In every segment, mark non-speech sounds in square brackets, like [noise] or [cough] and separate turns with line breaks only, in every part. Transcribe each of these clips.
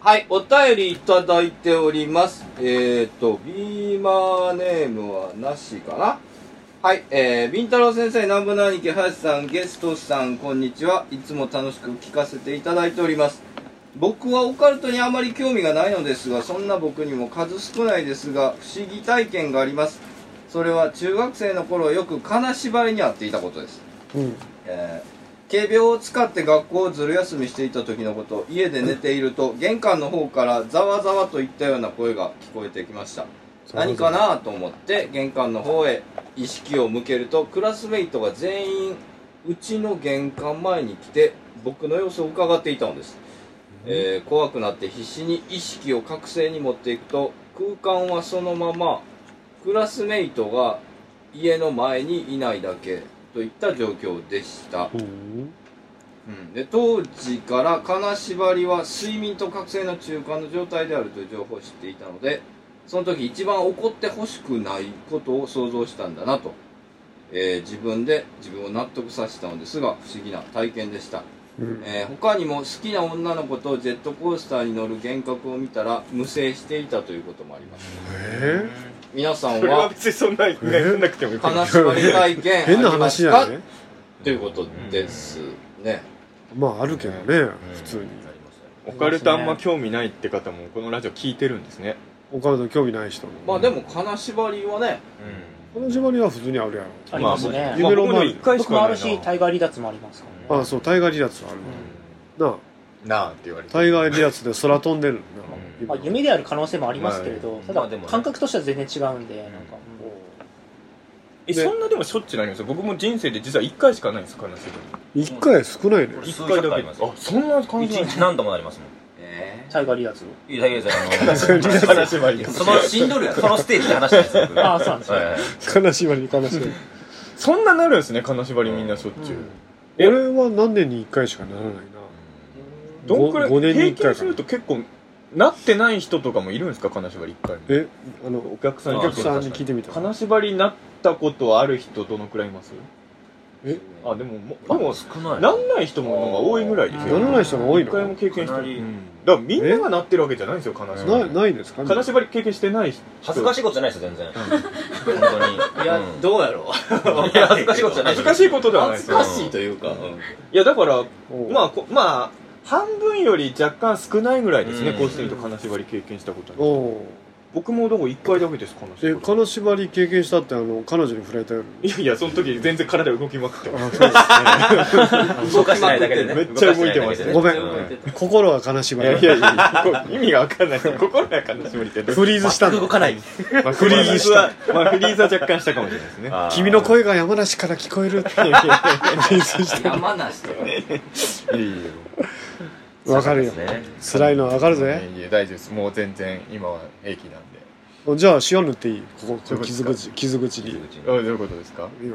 はい、お便りいただいております。えっ、ー、と、ビーマーネームはなしかなはい、えー、ビンタロウ先生、南部の兄貴、林さん、ゲストさん、こんにちは。いつも楽しく聞かせていただいております。僕はオカルトにあまり興味がないのですが、そんな僕にも数少ないですが、不思議体験があります。それは中学生の頃よく金縛りに遭っていたことです。
うん
えー軽病を使って学校をずる休みしていた時のこと家で寝ていると玄関の方からざわざわといったような声が聞こえてきました
ざわざわ
何かなと思って玄関の方へ意識を向けるとクラスメイトが全員うちの玄関前に来て僕の様子を伺っていたのです、えー怖くなって必死に意識を覚醒に持っていくと空間はそのままクラスメイトが家の前にいないだけといった状況でした、
うん
うん、で当時から金縛りは睡眠と覚醒の中間の状態であるという情報を知っていたのでその時一番怒ってほしくないことを想像したんだなと、えー自分で自分を納得させたのですが不思議な体験でした
うん
えー他にも好きな女の子とジェットコースターに乗る幻覚を見たら無声していたということもあります
え
皆さん
それは
は
[laughs]
別にそんな、ね、なんなくてもよくない
金縛り体験
変な
ありま
話
す
や
か
ね
ということですね
まああるけどね普通に
オカルトあんま興味ないって方もこのラジオ聞いてるんですね
オカルトに興味ない人
まあでも金縛りはね
この縛りは普通にあるやろ
ありますね
まあ僕も一回し
僕
か
もあ
ない
る
な
しタイガー離脱もありますから
あそうタイガー離脱はあるなあ
なあって言われて
タイガー離脱で空飛んでる
ま
な
あ、夢である可能性もありますけれど、
まあ
た
まあ
だ
でもね
感覚としては全然違うんで、なんか
おう
えそんなでもしょっちゅうなりますよ僕も人生で実は一回しかないんです金縛
一回少ないね
これ
り一
数
回
百
だ
回
け
ありますよ
そんな感
一
じなんで
日何度もなりますもん
え
タイガー離脱を。
いやいやいやあ
す金縛りです
のそのしんどるやつそのステージで話してないです僕
ああ、そうなんですね。
はい
悲しいわり悲しい
そんななるんですね金縛りみんなしょっちゅう、え
俺は何年に一回しかならないな
どんくらい
ごご年に一
平
回かな
均すると結構なってない人とかもいるんですか金縛り一回も
えあの
お客さん
お
に
客さんに聞いてみた
金縛りになったことある人どのくらいいます
え
あでももうあ
あも
も
う
う
少ない
なんない人ものが多いぐらいですよ
ならない人が多い
一回も
の
経験して
か
な、
ないり
うんだからみんながなってるわけじゃないんですよ金縛
な
り
ないですか
金縛り経験してない人
恥ずか
し
しいことじゃないですよ全然本当に
えいや
うん
どうやろ
いや恥ずかしいことじゃない
恥ずかしいことではないです
恥
う難し
よ
ずかし
いというかうん
いやだからまあ
あ
こまあ半分より若干少ないぐらいですね
うん
こうしてると金縛り経験したことある人
おう
僕もどこ一回だけです金
え
縛
金縛り経験したってあの彼女に振られたよ
りいやいやその時全然体動きまくってま
あ
す
そうです
動かしてないだけでね
めっちゃ動いてます
ごめん
う
動いてた
心は金縛
いやい
り
やいやこう意味がわかんないです心や金縛りってどう
フリーズした
動
の
かない
まあ
フリーズし
は、まあ、フリーズは若干したかもしれないですね
あー
君の声が山梨から聞こえるっていうフリーズした
山梨とかね
いいよ
わかるよ
そうですね
辛いのはわかるぜ
いや大丈夫ですもう全然今は平気なんで
じゃあ塩塗っていいこここ
そういう
こ
ことで
傷口
すか
傷口に
あ
口に
どういうことですか
いや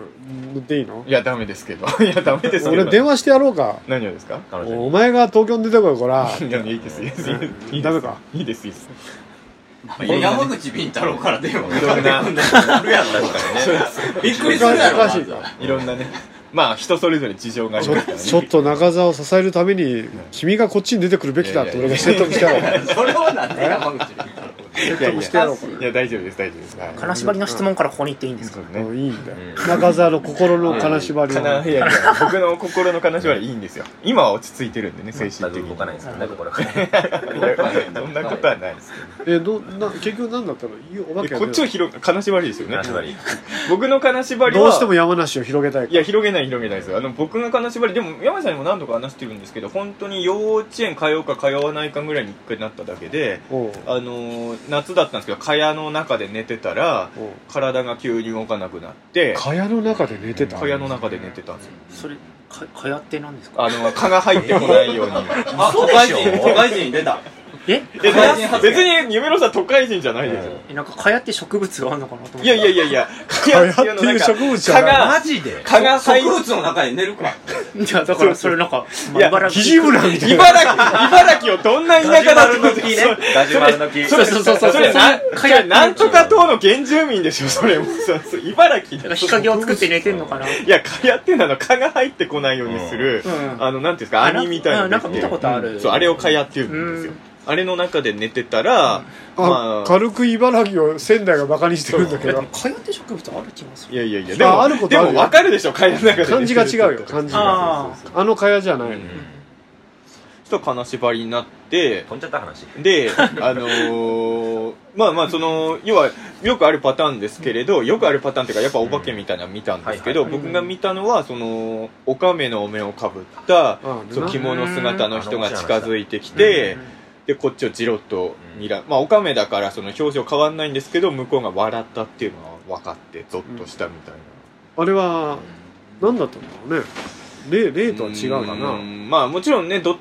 塗っていいの
いやダメですけど [laughs] いやダメですけど
俺電話してやろうか
何をですか
彼女に
お前が東京に出てこいこら
いやいいですいいですいいですいいです
ダメか
いいですいいです
いや山口敏太郎から電話
いろんな
あるやろだからね
びっくりするやろ
おかしい
まず
[laughs] いろんなねまあ人それぞれ事情があり
ちょ
ますからね
ちょっと中澤を支えるために君がこっちに出てくるべきだって俺が説得してやろう
それはなんで山口敏太郎
いやい
得してやろう
やいや大丈夫です大丈夫ですはい
金縛りの質問からここに行っていいんです
そ
か
うです
う
ね
んいいんだよ中澤の心の金縛りを
金いやいや僕の心の金縛りいいんですよ今は落ち着いてるんでね精
全
神的
く
に
動かないですからねこれ
いやそんなことはないです
えどな結局何だったのいいお化
え
けは
こっちを
ね
広げ金縛りですよね
金縛り
僕の金縛りは
どうしても山梨を広げたい
いや広げない広げないですよあの僕の金縛りでも山さんにも何度か話してるんですけど本当に幼稚園通うか通わないかぐらいに一回なっただけで
おう
あのー夏だったんですけど蚊帳の中で寝てたら
おう
体が急に動かなくなって
蚊帳の中で寝てた
蚊帳の中で寝てたんですよ
それ、か、かやってなんですか
あの蚊が入ってこないように
あ都会人都会人出た
え
え
蚊帳
別に夢のさん都会人じゃないですよ、
えなんかかやって植物があるのかなと思って。
いやいやいやいや蚊
蚊
帳
帳っていう
なんか
植物じゃない
蚊が
マジで
蚊が入
植
っ
物の中に寝るか
いや、だからそれなんか、まあ
いや
茨
キジ
城
ブラみたいな
茨城茨城をどんな田舎だった
木ねガジュマルの木
それそうそうそうそれなそれなんとか党の原住民でしょそれもそうそう茨城だ
なんか日陰を作って寝てんのかな。
いや蚊帳っていうのはあの蚊が入ってこないようにする、
うん
あのなんていうんですか
あな
網みたいなの
うんなんか見たことある
うんそうあれを蚊帳っていうんですよ
うん
あれの中で寝てたら、
あ
まあ
軽く茨城を仙台がバカにしてるんだけど
蚊帳って植物ある気がす
い
る
やいやい
あ
やでも
あることあるよ
でも分かるでしょ会話の中で
漢字が違う
[laughs]
よ漢字
が
そうそうそう
あの蚊帳じゃないの
そうと金縛りになって
飛んじゃった話
であのー [laughs] まあまあその要はよくあるパターンですけれどよくあるパターンっていうかやっぱお化けみたいなの見たんですけど、
うん
はいはい
僕が見たのはそのおかめのお面をかぶった
あ
そう着物姿の人が近づいてき
で
てでこっちをじろっと見らまあおかめだからその表情変わんないんですけど向こうが笑ったっていうのは分かってゾッとしたみたいな。
あれは何だったんだろうね例例とは違うか
ー
なん
まあもちろんねどっ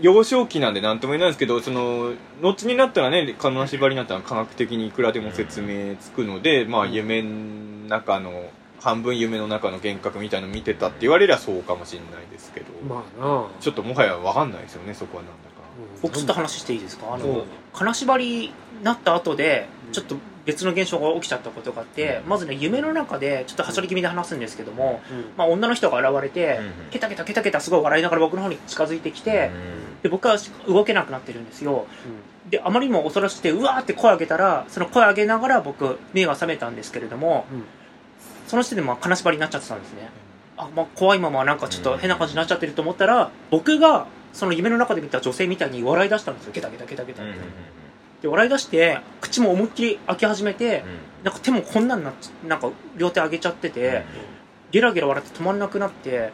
幼少期なんで何とも言えないんですけどその後になったらね金縛りになったら科学的にいくらでも説明つくので、まあ夢の中の半分夢の中の幻覚みたいの見てたって言われりゃそうかもしれないですけど、
まあな
ちょっともはや分かんないですよねそこはなんだか。
うん
僕ちょっと話していいですかあ
お
の
う
金縛りになった後で
うん
ちょっと別の現象が起きちゃったことがあってまずね夢の中でちょっとはしょり気味で話すんですけども
うん
まあ女の人が現れて
うんうん
ケタケタケタケタすごい笑いながら僕の方に近づいてきてで僕は動けなくなってるんですよであまりにも恐ろしくてうわーって声上げたらその声上げながら僕目が覚めたんですけれども、
うん
その時点でまあ金縛りになっちゃってたんですね、あまあ、怖いままなんかちょっと変な感じになっちゃってると思ったら僕がその夢の中で見た女性みたいに笑い出したんですよゲタゲタゲタゲタって、で笑い出して口も思いっきり開き始めて、なんか手もこんなんなっちなんか両手上げちゃってて、ゲラゲラ笑って止まんなくなって、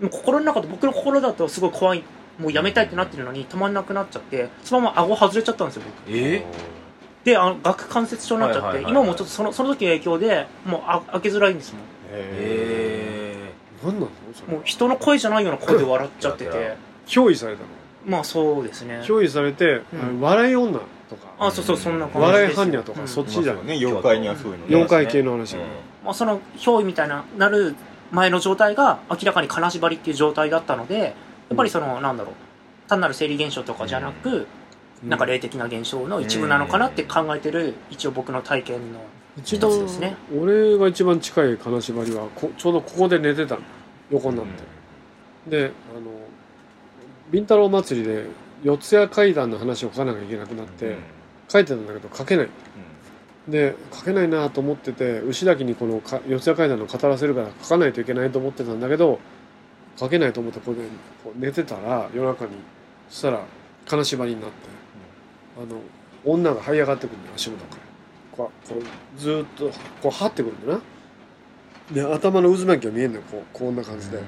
もう心の中で僕の心だとすごい怖いもうやめたいってなってるのに止まんなくなっちゃってそのまま顎外れちゃったんですよ僕
え
であの顎関節症になっちゃって、
はいはいはい
今もちょっとそのその時の影響でもうあ開けづらいんですも
え
何なのそ
んもう
れ
人の声じゃないような声で笑っちゃって
いやいや
て
憑依されたの
まあそうですね
憑依されて
うん
あの笑い女とか
あそうそうそんな感じです
笑い般若と
う
か
ん
そっち
まあ
じゃ
そうんね妖怪にはそういうの
うん
妖怪系の話
まあ、その憑依みたいななる前の状態が明らかに金縛りっていう状態だったのでやっぱりその、なんだろう単なる生理現象とかじゃなく、なんか霊的な現象の一部なのかなって考えてる、一応僕の体験の
一
一
番
つですね
俺が一番近い金縛りはこちょうどここで寝てたの横になって、であのビンタロウ祭りで四谷階段の話を書かなきゃいけなくなって、書いてたんだけど書けないで書けないなと思ってて牛崎にこのか四谷階段の語らせるから書かないといけないと思ってたんだけど書けないと思ってここでこう寝てたら夜中にそしたら金縛りになって、あの女が這い上がってくるんだよ足元からこうこうずーっとこうはってくるんだなで頭の渦巻きが見えるんだよこうこんな感じで、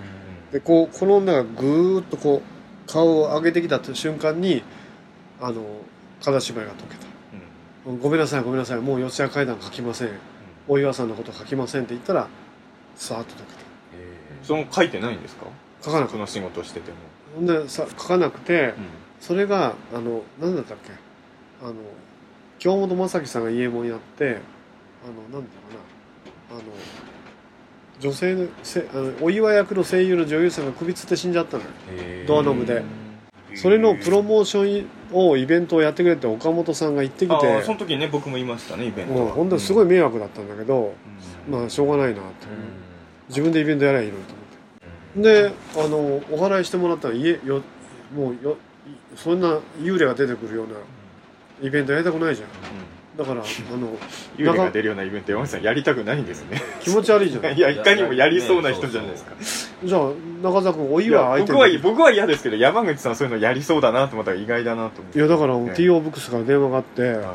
でこうこの女がぐーっとこう顔を上げてきた瞬間にあの金縛りが解けた。ごめんなさいごめんなさいもう四谷階段書きませんお岩さんのこと書きませんって言ったらさーっと解け
その書いてないんですか
た書かな
そ
く
の仕事してても、
ほんでさ書かなくてそれがあの何だったっけあの京本正樹さんが家門やってあの何だろうなあの女性のせあのお岩役の声優の女優さんが首つって死んじゃったのよドアノブでそれのプロモーションをイベントをやってくれって岡本さんが言ってき
あ
て
あその時ね僕もいましたねイベント
うんほんですごい迷惑だったんだけど、まあしょうがないなと、自分でイベントやればいいのにと思って。であのお祓いしてもらったら家よもうよいそんな幽霊が出てくるようなイベントやりたくないじゃんだからあ
[laughs]
の
幽霊が出るようなイベント山口さんやりたくないんですね [laughs]
気持ち悪いじゃん
いやいかにもやりそうな人じゃないですか
じゃあ中澤君お
い
湯は空い
や
て
僕
る
はい僕は嫌ですけど山口さんそういうのやりそうだなと思ったら意外だなと思ってい
やだから、
ね
TO ブックスから電話があって、
は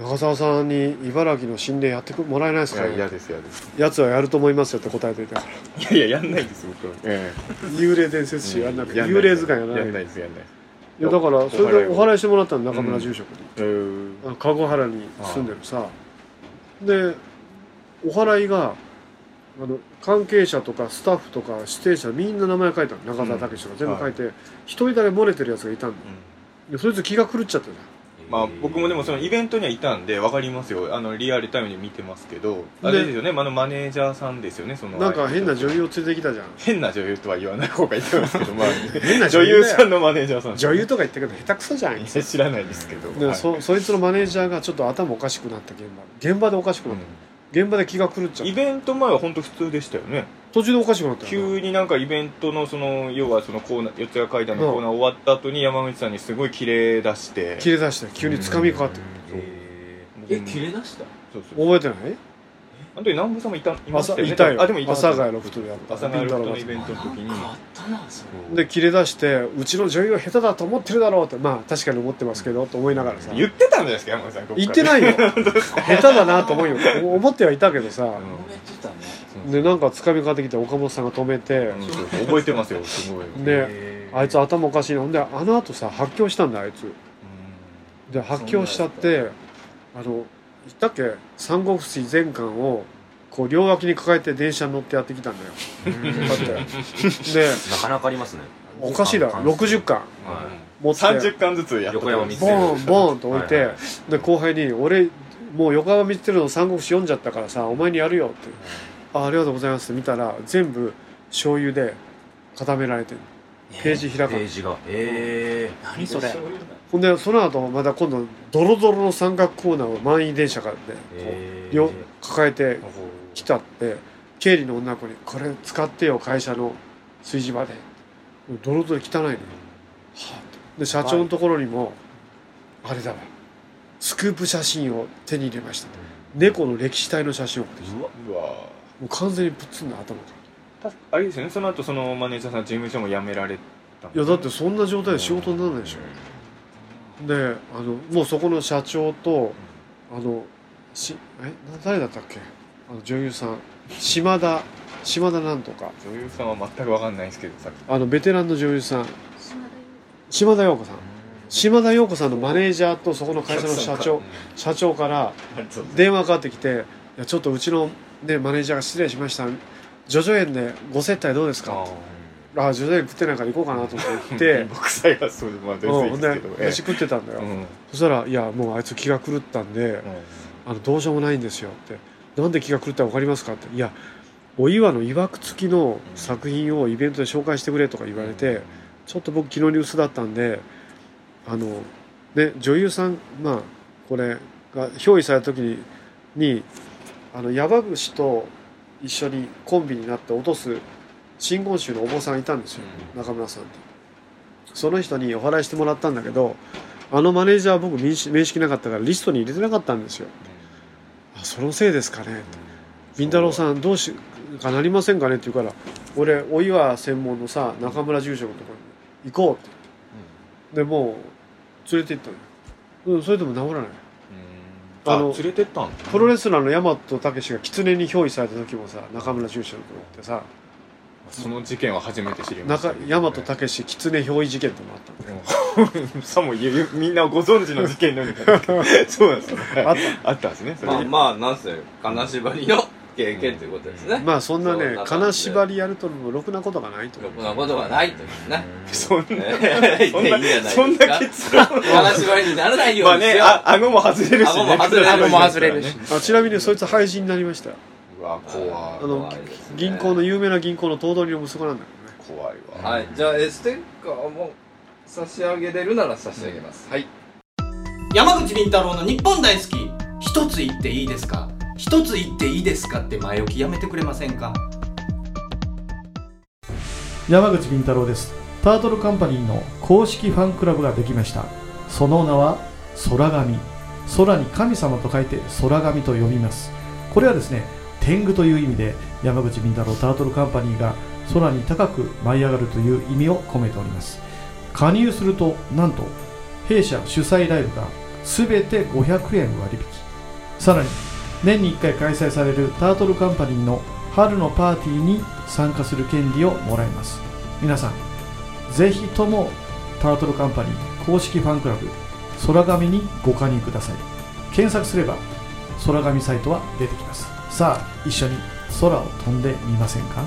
中澤さんに茨城の心霊やってくもらえないです
いい
か
や嫌
ね
です嫌です
やつはやると思いますよって答えとい
[laughs]
たから
いやいややんないです僕はえ
幽霊伝
え
説師やんなくて
やん
幽霊図鑑やらない
や
い
んないですやんないです
やだからそれでお祓いしてもらったの中村住職に、
うーん
あの籠原に住んでるさでお祓いがあの関係者とかスタッフとか指定者みんな名前書いたの中澤武史とか全部書いて一、人だけ漏れてるやつがいたんだよでそいつ気が狂っちゃったじ
まあ僕もでもそのイベントにはいたんで分かりますよあのリアルタイムで見てますけどあれですよねあのマネージャーさんですよねそ
ゃ
の
んなんか変な女優を連れてき
[laughs]
たじゃん
変な女優とは言わない方がいいと思います
[laughs]
けど、まあ、
変な
女優
だよ
さんのマネージャーさん
女優とか言ってくるの下手くそじゃんあい
い
つ
や知らないですけど
で
はい
そそいつのマネージャーがちょっと頭おかしくなった現場現場でおかしく
う
なっ
ん
た、現場で気が狂っちゃっ
イ
た
ベント前は本当普通でしたよね
途中でおかしくなったよな
急になんかイベントのその要はそのコーナー四谷階段のコーナー終わった後に山口さんにすごいキレ出して
切れ出して急につかみかかってく
うん
る
そう
え切れ出した
そうそう
覚えてない
あの時南部さんもいたいまし
朝
たよね
いたよ
あでもいた
朝ヶ谷ロフトでやった
朝ヶ谷ロフトのイベン
あ
トの時に
なんかあったなそれ
で切れ出してうちの女優は下手だと思ってるだろうってまあ確かに思ってますけどと思いながらさ
言ってたんじゃないですか山口さん
言ってないいよ [laughs] 下手だなと思うよお思ってはいたけどさ
揉めてたね
でなんかつかみかかってきて岡本さんが止めて
覚えてますよすごい
であい [laughs] つ頭おかしいなほんであのあとさ発狂したんだよあいつで発狂しちゃってあの言ったっけ三国志全巻をこう両脇に抱えて電車に乗ってやってきたんだよだって [laughs] で
なかなかありますね
おかしいだろ60巻
は
持って
30巻ずつやった
横山見つ
ボ
け
ーンボーンと置いて、
はいはい
で後輩に「俺もう横浜見てるの三国志読んじゃったからさお前にやるよ」って「あありがとうございます」って見たら全部醤油で固められてるページ開か
ペ
ない
ージがええ
何それ
ほんでその後また今度ドロドロの三角コーナーを満員電車からねこ
え
う両抱えて来たって経理の女の子に「これ使ってよ会社の炊事場で」ドロドロ汚いのよで社長のところにも「あれだわスクープ写真を手に入れました」猫の歴史体の写真を送ってきたも
うわ
うわ
う完全にプッツンの頭から
たあれですよねその後そのマネージャーさん事務所も辞められた
いやだってそんな状態で仕事にならないでしょであのもうそこの社長とあのしえな誰だったっけあの女優さん島田島田なんとか
女優さんは全く分かんないですけどさっき
あのベテランの女優さん島田陽子さん島田陽子さんのマネージャーとそこの会社の社長社長から電話かかってきて「いやちょっとうちの、ね、マネージャーが失礼しました叙々苑でご接待どうですか?」ああ徐々に食ってないから行こうかなと思って行って、
僕さえはそう [laughs] まあ
う
全
ん、
然いい
ほん
です
で
けどええ
飯食ってたんだよ、
うんうん
そしたら「いやもうあいつ気が狂ったんで、あのどうしようもないんですよ」って「なんで気が狂ったか分かりますか?」って「いやお岩の曰く付きの作品をイベントで紹介してくれ」とか言われて、ちょっと僕昨日に薄だったんであのね女優さんまあこれが憑依された時ににあの山口と一緒にコンビになって落とす真言宗のお坊さんがいたんですよ中村さんってその人にお払いしてもらったんだけどあのマネージャーは僕面識面識なかったからリストに入れてなかったんですよあそのせいですかねビンタロウさんどうしかなりませんかねって言うから俺お岩専門のさ中村住職のところに行こうってでもう連れて行ったのよ、うん、それでも治らない
あ
あの
連れてったん
プロレスラーの大和武史が狐に憑依された時もさ中村住職のとこ行ってさ
その事件は初めて知りまし
中
た
大和武史狐憑依事件ってのがあったんだよ
さもゆみんなご存知の事件のように [laughs] そうなんですね
あ
は
っ
いあったんですねそれ
まあまあなんせ金縛りの経験ということですね
まあそんな
そう
ね
なんだ
金縛りやるともろくなことがないと
ろくなことがないというね
そんな
え
そん
言
な
っていいじゃないですか
そんな結論
金縛りにならないよ
ま
う
あ
にし
ね
よ
あ顎も外れるしね
顎も
[laughs]
外れる
顎も外れるし
あちなみにそいつ廃人になりましたよ
うわ怖
あ
い
の
怖いですね
銀行の有名な銀行の頭取の息子なんだけどね
怖いわ
はいじゃあえステッカーも差し上げれるなら差し上げますはい
山口倫太郎の日本大好き一つ言っていいですか一つ言っていいですかって前置きやめてくれませんか
山口敏太郎ですタートルカンパニーの公式ファンクラブができましたその名は空神空に神様と書いて空神と呼びますこれはですね天狗という意味で山口敏太郎タートルカンパニーが空に高く舞い上がるという意味を込めております加入するとなんと弊社主催ライブが全て500円割引さらに年に1回開催されるタートルカンパニーの春のパーティーに参加する権利をもらえます皆さんぜひともタートルカンパニー公式ファンクラブ空紙にご加入ください検索すれば空紙サイトは出てきますさあ一緒に空を飛んでみませんか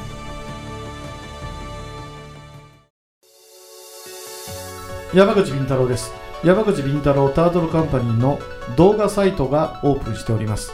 山口敏太郎です山口敏太郎タートルカンパニーの動画サイトがオープンしております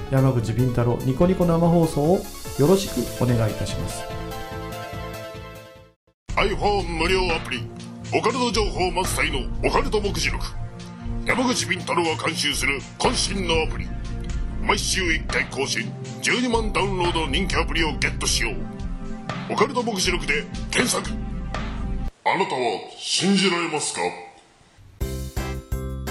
山口敏太郎ニコニコ生放送をよろしくお願いいたします
iPhone 無料アプリオカルト情報満載のオカルト目次録山口敏太郎が監修する渾身のアプリ毎週1回更新12万ダウンロードの人気アプリをゲットしようオカルト目次録で検索あなたは信じられますか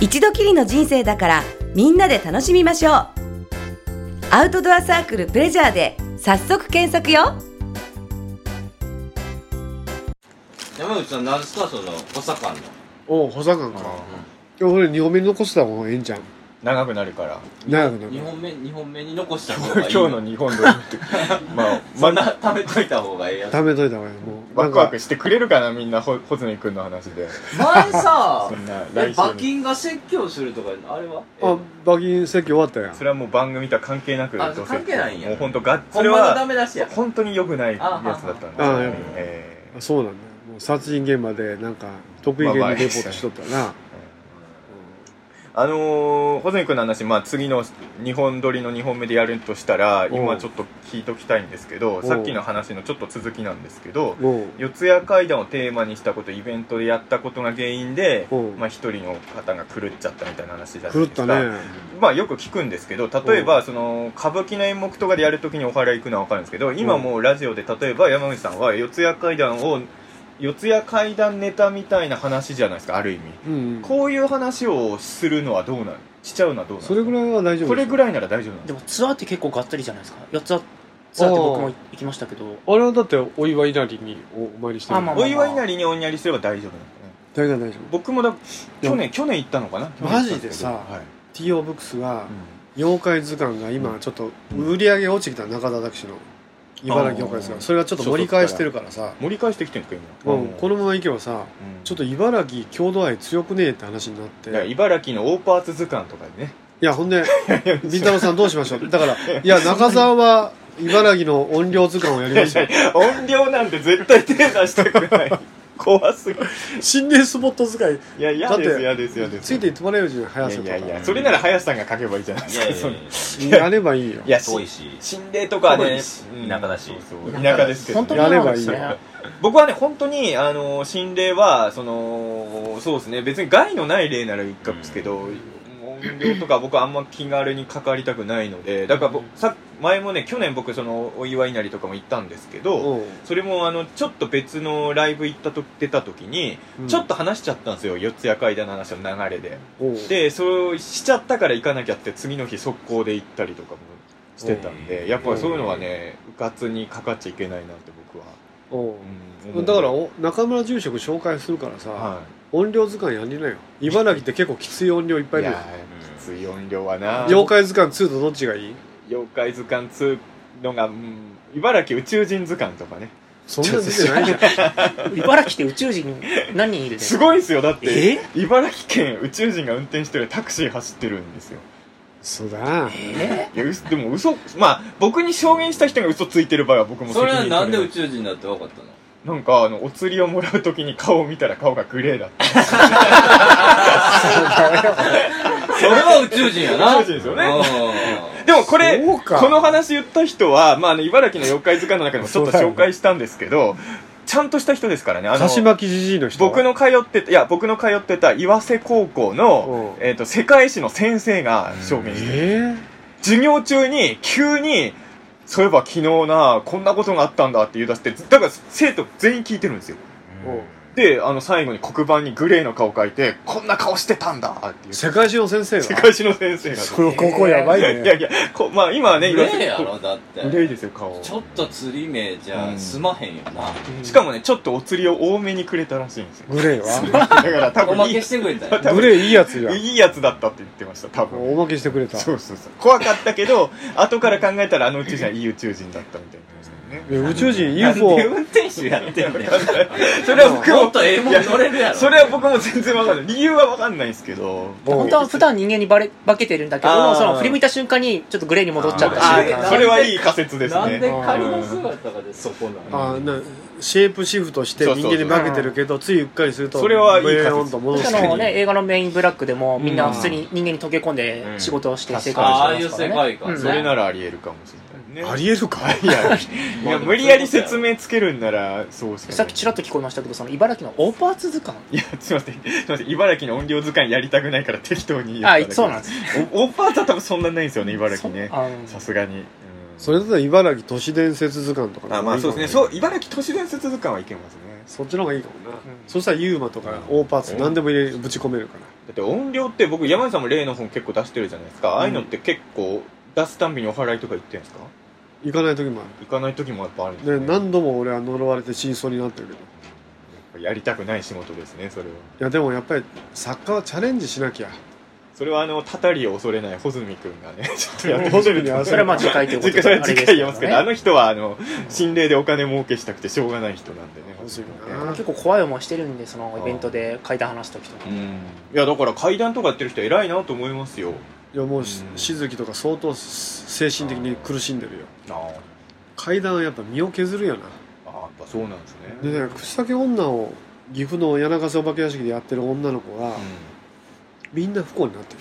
一度きりの人生だからみんなで楽しみましょうアウトドアサークルプレジャーで早速検索よ
山口さん何ですかその補佐官の
おう補佐官か今日俺2本目に残した方がいいんじゃん
長くなるから
長くな
2
る
本目二本目に残した方が
[laughs] 今
いい
日の日本撮りって [laughs] まあ
そんな貯めといた方がいいやつ
貯めといた方がいいもうな
ワ
ん
クワ
か
クしてくれるかなみんなほ穂積君の話で
前さ
そんな
え
[laughs] 来週
馬
に
琴が説教するとかあれは
あ馬銀席終わったやん
それはもう番組とは関係なく
あ
どうせ
関係ないんや
もう本当が
ほ
そ
ん
れ
まのダ
は
メ出しや
本当に良くないやつだったんで
あ
す
はは
よね
あ
え
あそうなんだもう殺人現場でなんか得意げにレポートしとったな
ーあのー、穂積君の話、まあ、次の2本撮りの2本目でやるとしたら
おう
今ちょっと聞いときたいんですけどさっきの話のちょっと続きなんですけど
も
四谷怪談をテーマにしたことイベントでやったことが原因で
おう
まあ、一人の方が狂っちゃったみたいな話
う
だったん
狂
で
っ
す
た
が
ね
まあよく聞くんですけど例えばその歌舞伎の演目とかでやるときにお祓い行くのは分かるんですけど今もうラジオで例えば山口さんは四谷怪談を四谷怪談ネタみたいな話じゃないですかある意味
うん
こういう話をするのはどうなのしちゃうのはどうなの
それぐらいは大丈夫
これぐ
い
らいなら大丈夫なの
でもツアーって結構がっつりじゃないですか四つ葉ツアーって僕も行きましたけど
あれはだってお祝いなりにお参りしてる
あまあまあ
お祝いなりにおにゃりすれば大丈夫
大
なのかな
丈夫大丈夫
僕もだ去年去年行ったのかな
マジでさ
はい
TO ブックスが
うん
妖怪図鑑が今ちょっと売り上げ落ちてきた中田拓司の茨城妖怪図
あー
鑑それがちょっと盛り返してるからさ
盛り返してきてるんですか今
うんこのままいけばさちょっと茨城郷土愛強くねえって話になっ
だから
てい
茨城のオーパーツ図鑑とかでね
やほん
[laughs]
でり太郎さんどうしましょうだからいや中澤は茨城の音量図鑑をやりましたよ
音量なんて絶対手出したくない
[laughs]
怖すぎる
心霊スポット使い
い
だ
や嫌
って
です嫌です嫌です
ついていってもらえるじゃん
や
速さと
い
か
やいやそれなら林さんが書けばいいじゃないで
い
す
や
か
いやい
そ
や
のい
やればいいよ
やし
遠いし
心霊とか
遠
ね
いし
うん
田舎だし
そうそう田舎ですけどね
本当に
やれ
なん
ば
で
いい
す
よ
ね
僕はね本当にあの心霊はそのそうですね別に害のない霊なら一角ですけど、音量とか僕はあんま気軽に関わりたくないのでだから僕さ前もね去年僕そのお祝いなりとかも行ったんですけど、
うん
それもあのちょっと別のライブ行ったと出た時に、
うん
ちょっと話しちゃったんですよ四谷階段の話の流れで
おう
でそれをしちゃったから行かなきゃって次の日速攻で行ったりとかもしてたんでやっぱそういうのはねうかつにかかっちゃいけないなって僕は、
おう
うん思う
だからお中村住職紹介するからさ、
は
音量図鑑やりなよ茨城って結構きつい音量いっぱ
い
い
い
ある
やーきつい音量はな
よ妖怪図鑑2とどっちがいい
妖怪図鑑2のが、うん茨城宇宙人図鑑とかね
そんな出てないじゃん
茨城って宇宙人何人いるんですす
ごいですよだって
え
茨城県宇宙人が運転してるタクシー走ってるんですよ
そうだ
いやうでも嘘まあ僕に証言した人が嘘ついてる場合は僕も責
それは
任
なんで
取れな
宇
い
宙人だって分かったの
なんかあのお釣りをもらう時に顔を見たら顔がグレーだった
それは宇宙人やな
宇宙人ですよね
ね
[laughs] でもこれ
そう
こ
か
の話言った人は、まあ、あの茨城の妖怪図鑑の中でもちょっと紹介したんですけどちゃんとした人ですからねあの
差し巻きじじいの人
僕の通ってたいや僕の通ってた岩瀬高校の、
うん
えー、と世界史の先生が証言してる
え
授業中に急にそういえば昨日なこんなことがあったんだって言い出してだから生徒全員聞いてるんですよ
えおう
であの最後に黒板にグレーの顔描いてこんな顔してたんだっていう世
世界中の先生が
界史の先生が
その高校やばい
いや
ね
いやこまあ今はね
グ
今
レーやろだって
グレーですよ顔
ちょっと釣り名じゃすまへんよな、
しかもねちょっとお釣りを多めにくれたらしい
[laughs]
んですよ
グレー
[laughs]
は
だから多
お
分
ま
いい
けしてくれたよ
多
グ
分
レーいいやつや
いいやつだったって言ってました多分
おまけしてくれたい
そうそうそう怖かったけど後から考えたらあの宇宙人はいい宇宙人だったみたいな
や宇宙人
なんで
UFO
運転手やってんねん
それは僕
もっ
も
とええもん乗れるやろ
それは僕も全然わかんない理由はわかんないんですけど
本当は普段人間にバレ化けてるんだけ
あ
ど
ー
その振り向いた瞬間にちょっとグレーに戻っちゃっ
あ
たし
ー
それはいい仮説です
なんで
ね
仮の姿がでそこなの
あーなシェイプシフトして
そう
人
そうそう
間に化けてるけどついうっかりすると
それはいい仮説
ブヨーンと戻す
そのね映画のメインブラックでもみんな普通に人間に溶け込ん
う
で
ん
仕事をして生活して
ああい
ま
う
すか
世
らね
界観ね、
うん
それならありえるかもしれないね
ありえるか
いやいや無理やり説明つけるんならそうしかない
さっきちらっと聞こえましたけどその茨城のオーパーツ図鑑
いやすいませんすいません茨城の音量図鑑やりたくないから適当に言っただ
あ
け
そうなんです
おオーパーツは多分そんなないんですよね茨城ね
そあの
さすがに、うん
それだったら茨城都市伝説図鑑とか
あまあそうですね
そ
そう茨城都市伝説図鑑はいけますね
そっちの方がいいかもな、そしたらユーマとかオーパーツ何でも入れぶち込めるから
だって音量って僕山内さんも例の本結構出してるじゃないですか、ああいうのって結構出すたんびにお払いとか行ってんですか
行かない時もあ
行かない時もやっぱあるんです
る
ね
で何度も俺は呪われて真相になってるけど
やりたくない仕事ですねそれはい
やでもやっぱり作家はチャレンジしなきゃ
それはあのたたりを恐れない穂積君がね [laughs] ちょっとやって
ホ
ほし
テ
い
ルに合わ
そ
せ
れは
る
まあ次回ということ
[laughs] 次
で
回
あ
次回
れで
言
す
い
けど
ますけど、あ
ね
の人はあの心霊でお金儲けしたくてしょうがない人なんでね
穂積君な
結構怖い思いしてるんでそのイベントで階段話した時とか
うんいやだから階段とかやってる人偉いなと思いますよ
いやもうし
うん
静木とか相当精神的に苦しんでるよ
あ
階段はやっぱ身を削るよな
あやっぱそうなんですね
でね口先女を岐阜の柳ヶ瀬お化け屋敷でやってる女の子は、みんな不幸になって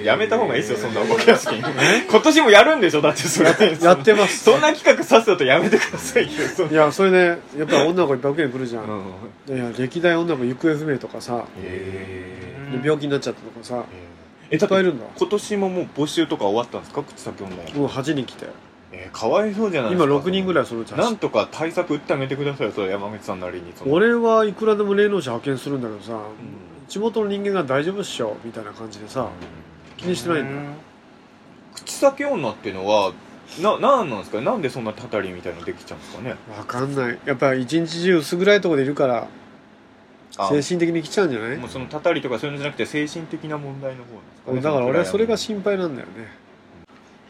うんやめた方がいいですよそんなお化け屋敷今年もやるんでしょだってそれ
るやってます
そんな企画さすのとやめてくださいよそん
いやそれでやっぱり女の子いっぱい受けに来るじゃ、
な
い
ん
や歴代女の子行方不明とかさ
え
で病気になっちゃったとかさい
え
っ
だっ
ぱいい
て
るんだ
今年ももう募集とか終わったんですか口先女
もう8人来て
えー、かわいそうじゃないです
今
か
6人ぐら
い
いそのうち
なんとか対策打ってあげてくださいよそれ山口さんなりにその
俺はいくらでも霊能者派遣するんだけどさ、
ん
地元の人間が大丈夫っしょみたいな感じでさ気にしてないんだ
口先女っていうのはななんなんですかなんでそんなたたりみたいのできちゃうんですかね
わかんないやっぱり一日中薄暗いところでいるから
あ
精神的に来ちゃうんじゃない
もうそのたたりとかそういうのじゃなくて精神的な問題の方なんですか、
俺
ね、
だから俺はそれが
そ
心配なんだよね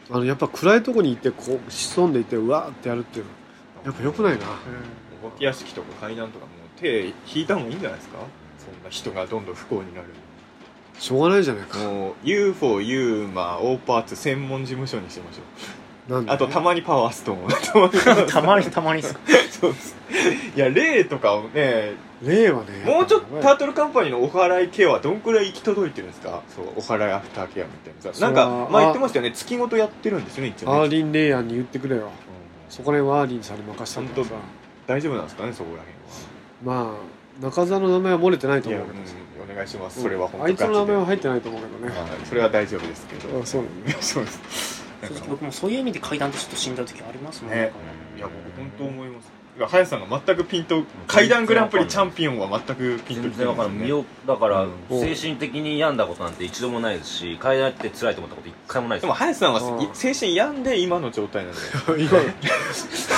あのやっぱ暗いとこに行ってこう潜んでいてうわーってやるっていうのやっぱ良くないな
のお化け屋敷とか階段とかもう手引いた方がいいんじゃないですかそんな人がどんどん不幸になる
しょうがないじゃないか
もう UFO ユーマオーパーツ専門事務所にしましょう
なんで
あとたまにパワーストーン [laughs] を
たまにたまにです
そうですいや霊とかをね
霊はね
もうちょっ
や
と
っ
タ
ぱ
ートルカンパニーのお祓いケアはどんくらい行き届いてるんですかそうお祓いアフターケアみたいなさ
それ
な
は
んか前言って
あ
ましたよね月ごとやってるんですよね一
りア
応
ー
ね
リン・レイヤンに言ってくれよ
うん
そこら辺はアーリンさんに任せたんだからさ
本大丈夫なんですかねそこら辺
ま
は
あ中澤の名前は漏れてないと
いや、
思う
う
けどさ
ん、お願いします。それは本当
あいつの名前は入って
ない。
ないと思うけどね
はいそれは大丈夫ですけど。
あそう
そうです。なんか
僕もそういう意味で階段ってちょっと死んだ時ありますもん
ね
ね。
いや、僕本当思います。今、林さんが全くピンと、階段グランプリチャンピオンは全くピンと
全
きて
然わか
ま
ら
す
ん
ね
身。をだから
うん
精神的に病んだことなんて一度もないですし階段やって辛いと思ったこと一回もない
で
で
も、
す
林さんは
うん
精神病んで今の
[laughs]
状態なんで。
今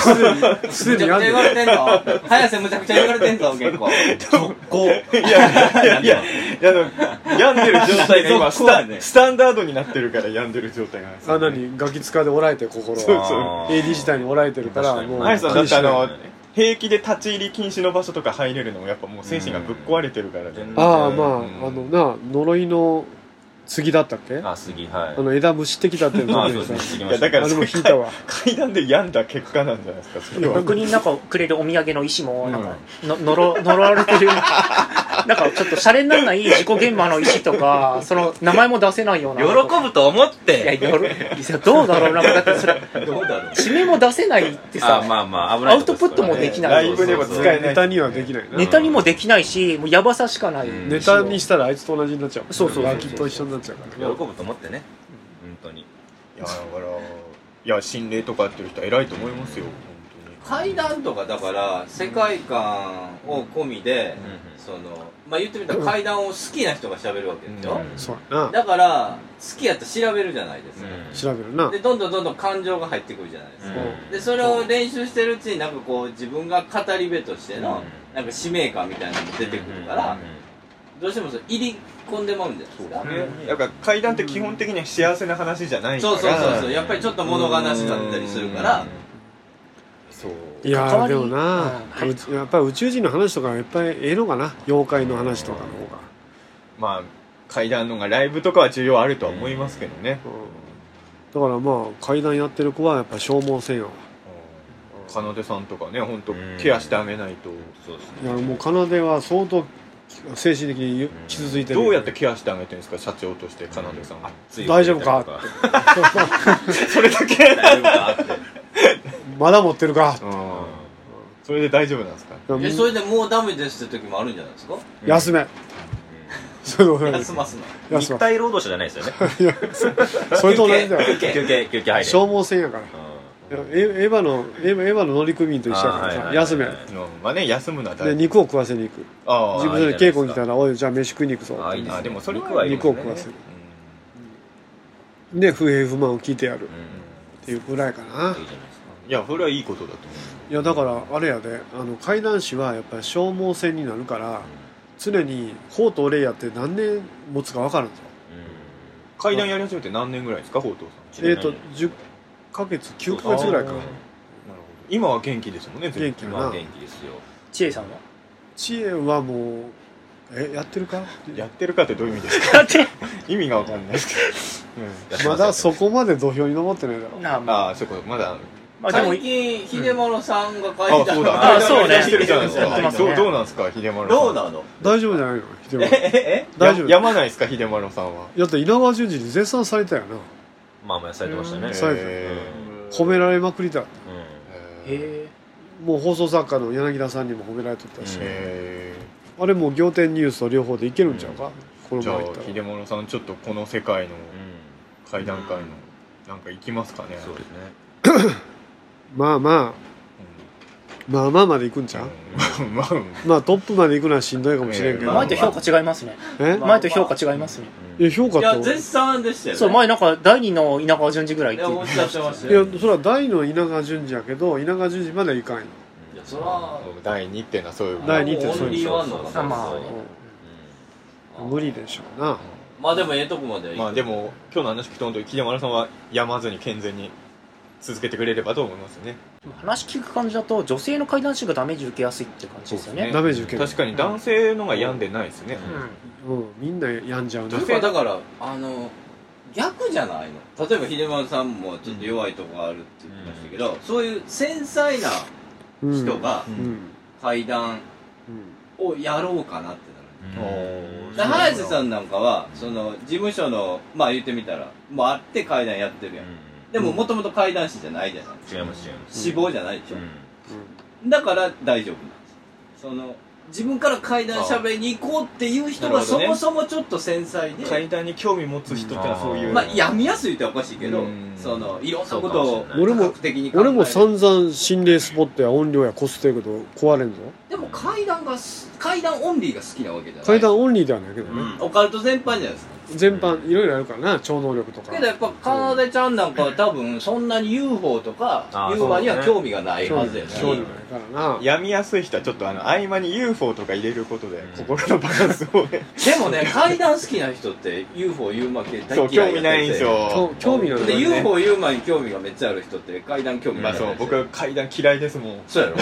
むちゃくちゃ言わ
すでに病んでる
れてんぞ早瀬むちゃくちゃ言われてんぞ結構
続行。いや、いや、いや、いや、 [laughs] あの病んでる状態が今ス
続行は
タ、
ね
スタンダードになってるから病んでる状態なんです
あ
よね。
何ガキ使でおらえて心
そう
は
そう。
あー
AD 自体におらえてるからもう
ハリさんだってあの
気にしない
平気で立ち入り禁止の場所とか入れるのもやっぱもう精神がぶっ壊れてるからね、
うん
ああまあ、
うん
あのな呪いの杉だったっけあ
あ杉はい
の枝虫ってきたっていうの
あ
あ
そうですね
れ
杉
い
ま
や
した
だか
ね
らそ
も
れ
引いたわ
階段で病んだ結果なんじゃないですかそれは
僕になんかくれるお土産の石もなんかの呪呪われてる [laughs] なんかちょっとシャレにならない事故現場の石とかその名前も出せないような
喜ぶと思っ
いや
て
よろいやどうだろうなだってそれ
どうだろう
指名も出せないってさ
あまあまあ危ないとこすから
アウトプットもできない
ライブでも使えない
ネタにはできないな
ネタにもできないしもうやばさしかない、
うん
ネタにしたらあいつと同じになっちゃう
そうそうそう
ガキと一緒になっちゃうか
喜
ら
ぶと思ってね本当に
いやだからいや心霊とかやってる人は偉いと思いますよ本
階段とかだから世界観を込みで、
う
そのまあ言ってみたら階段を好きな人が喋るわけでしょ、
ん
そうやな
だから好きやったら調べるじゃないですか、
調べるな
でどんどんどんどん感情が入ってくるじゃないですか、
う
でそれを練習してるうちになんかこう自分が語り部としてのなんか使命感みたいなのも出てくるからどうしてもそれ入り込んでまうんじゃないですか
ね、やっぱ階段って基本的には幸せな話じゃないか
そ
ら
うそうそうそうやっぱりちょっと物悲しかったりするから
そう
いや
代わ
ー
り
でも
う
なん
はい
宇宙やっぱり宇宙人の話とかいっぱいええのかな妖怪の話とかの方が
まあ階段の方がライブとかは需要あるとは思いますけどね、
うんだからまあ階段やってる子はやっぱ消耗せんよ
かなでさんとかね本当
うん
ケアしてあげないと
そうです
いや
ね
もう奏では相当精神的に傷ついてる
どうやってケアしてあげてるんですか社長としてかなでさんは
大丈夫か
[laughs]
それだけ
大丈夫かって
まだ持ってるか
それで大丈夫なんですか
えそれでもうダメですって時もあるんじゃないですか
休めそれと同じ
休ますの
休
肉
ま
体労働者じゃないですよね
それと同じだよ
休憩
休憩休憩入れ
消耗せんやから
う
いやエエヴァのエヴァエヴァの乗組員と一緒やか
あーは
ら
いはいは
さ休
い
め
うんまあね休むのは
で
大
肉を食わせに行く
あ
自
ー
分で稽古に来たら「おいじゃあ飯食いに行くぞ」
あーいいです
あ
ね
でもそれは
肉はいいです
肉を
ね
食わせるで不平不満を聞いてやるっ
うん
ていうぐらいかない
いじゃないですか
いやそれはいいことだと思
いやだからあれやであの怪談師はやっぱり消耗戦になるから常に法と霊やって何年持つか分かるんですよ
う階段やり始めて何年ぐらいですか宝刀さん
えっ、と10ヶ月9ヶ月ぐらいか
あー今は元気ですもんね
元気
う
や
ん
な
まあ元気ですよ
知恵さんは
知恵はもうえやってるか
やってるかってどういう意味ですか [laughs] 意味がわかんないですけど、
やって
ま
ます
だそこまで土俵に登ってないだろ
なあ
うん、
まあ
ああそうかまだ
まあでも
最近秀丸さんが書
あ
いた
そうだ
あそうね
やってるじゃないです
やってま
か
すね
どうどうなんですか秀丸さん
どうなの
大丈夫じゃないの秀丸
え
大丈夫
ややまないですか秀丸さんは
だって稲川淳二に絶賛されたよな
まあまあされてましたね
されて褒められまくりだ
う
へ
もう放送作家の柳田さんにも褒められとったし、
うん
え
あれもう仰天ニュースと両方でいけるんちゃうか、この
じゃ
前
あ
言ったら
秀丸さんちょっとこの世界の
ん
階段階のなんか行きますかね
そうですね
まあまあまあまあまでいくんちゃう、
うんまあま
まあトップまでいくのはしんどいかもしれんけ
え
ど、
まあ
前と評価違いますね
え
前と評価違いますね
いや評価
いや
と
絶賛でしたよね
そう前なんか第二の稲川淳二ぐらい
い
って
や
言
お
っ
ってしゃってました
いや
よ
それは大の稲川淳二やけど稲川淳二まではいかんよ
いやそら
あ [laughs] 第2っていうのはそういう
第二ってそ
オ
う
ンリーワンの
あまあね
無理でしょうな
まあでもええとこまで
まあでも今日の話聞くと本当に秀丸さんは病まずに健全に続けてくれればと思いますね
話聞く感じだと女性の怪談師がダメージ受けやすいって感じですよね
ダメージ受ける
確かに男性のが病んでないですね、
うんみんな病んじゃうな
というかだからあの逆じゃないの例えば秀丸さんもちょっと弱いとこがあるって言ってましたけど、そういう繊細な
うん
人が
うん
階段
うん
をやろうかなって
うん
おー
なる、早瀬さんなんかはその事務所のまあ言ってみたらもうあって階段やってるやん、
うん
でももともと階段師じゃないじゃないですか
違います違います
志望じゃないでしょ、
う
だから大丈夫なんですその自分から階段しゃべりに行こうっていう人
な
が
るほど
そ
ね
もそもちょっと繊細で、
階段に興味持つ人ってのはそういう、
まあ病みやすいっておかしいけど、
うん
そのいろんなこと
そう
を
かもしれない
俺も
多角的に考える
俺も散々心霊スポットや音量やこすってるけど壊れんぞ
でも階段がす階段オンリーが好きなわけじゃない
階段オンリーではないけどね、
ん
オカルト全般じゃないですか
全般いろいろあるからな超能力とか
けどやっぱかなでちゃんなんかは多分そんなに UFO とか
あー
UFO には
そうね
興味がないはずやし、
超能力やからな
病みやすい人はちょっとあの合間に UFO とか入れることで心のバランスをね、
でもね階段好きな人って UFO ユーマ系大
そう
嫌いや
興味ないんですよ
興興味のない
で UFO ユーマに興味がめっちゃある人って階段興味な
まあ
い
そう僕は階段嫌いですもん
そうやろ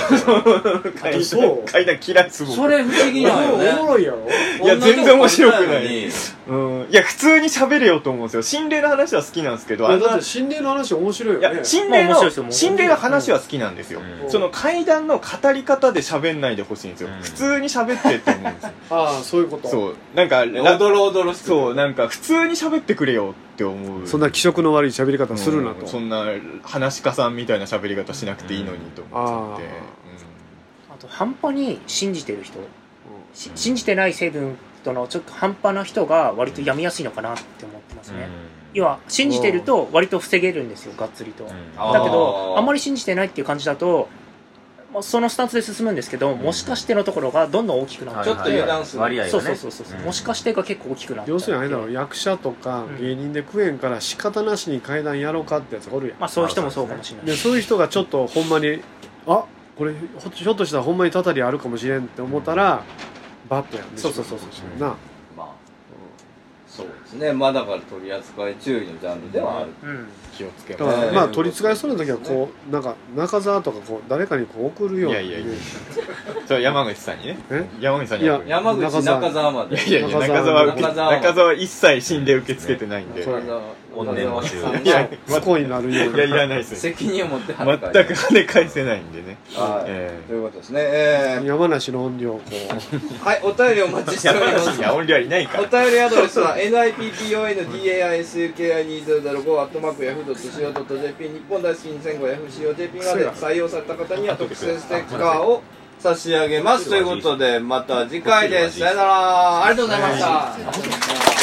階
そう
段 [laughs] 階段嫌いですもん
それ不思議なんよね
おもろいやろ
いや全然面白くない
同じ
うんいや普通に喋れよと思うんですよ心霊の話は好きなんですけど
い
あ
や
ん
だっ
な
て心霊の話面白い
い
よね
や心霊
まあ面白い
の
ですよもう
心霊の話は好きなんですよ
うん
その階段の語り方で喋んないでほしいんですよ
うん
普通に喋ってって思うんですよ
ああそういうこと
そうなんか
ことやのにおどろおどろしく
そうなんか普通に喋ってくれよって思う
そんな気色の悪い喋り方するな
う
と
んそんな話し家さんみたいな喋り方しなくていいのにと思っちゃって
うんあ
あと半端に信じてる人し信じてない成分とのちょっと半端な人が割と病みやすいのかなって思ってますね、要は信じてると割と防げるんですよがっつりと、
ん
あー
だけどあんまり信じてないっていう感じだとまあ、そのスタンスで進むんですけどもしかしてのところがどんどん大きくなっ
はい
ちゃ
ょっと油断する
割合がね
そうそうそうそう、
うん
もしかしてが結構大きくなっちゃう
要するにあれだろ役者とか
うん
芸人で食えんから仕方なしに階段やろうかってやつがおるやん
まあそういう人もそうかもしれない
でそういう人がちょっとほんまにあこれほひょっとしたらほんまにたたりあるかもしれんって思ったらバッとやんで
そうそうそうそう
しまうな
まあ、そうですねまあだから取り扱い注意のジャンルではある、
うん
気をつけ
だ
ま
か
す
ら
ええ
まあ取りつかえそうな時はこうなんか中澤とかこう誰かにこう送るようない
やいやいやそう山口さんにね
え
山口さんに
いや
送る
山口
中澤
中澤まで
いやいや中
中
澤
澤
は中
中澤
澤
は
は一切死んで受け付けてないんで
そう
い
怨念募
中
集
澤さん
いや
が
不幸になるよう
やい
な
らないですよ
責任を持っては
全
る
く
から
跳ね返せないんでね
はい、
え
ということですねえ
山梨の音量をこう
ー、はいお便りお待ちしておりま
え
す
いや俺らいないか
お
ら
便りアドレスは NIPPONDAISUKI2005 アットマーク Yahoo.co.jp 日本大好き2005 FCOJP まで採用された方には特製ステッカーを差し上げますということでまた次回ですさよならありがとうございました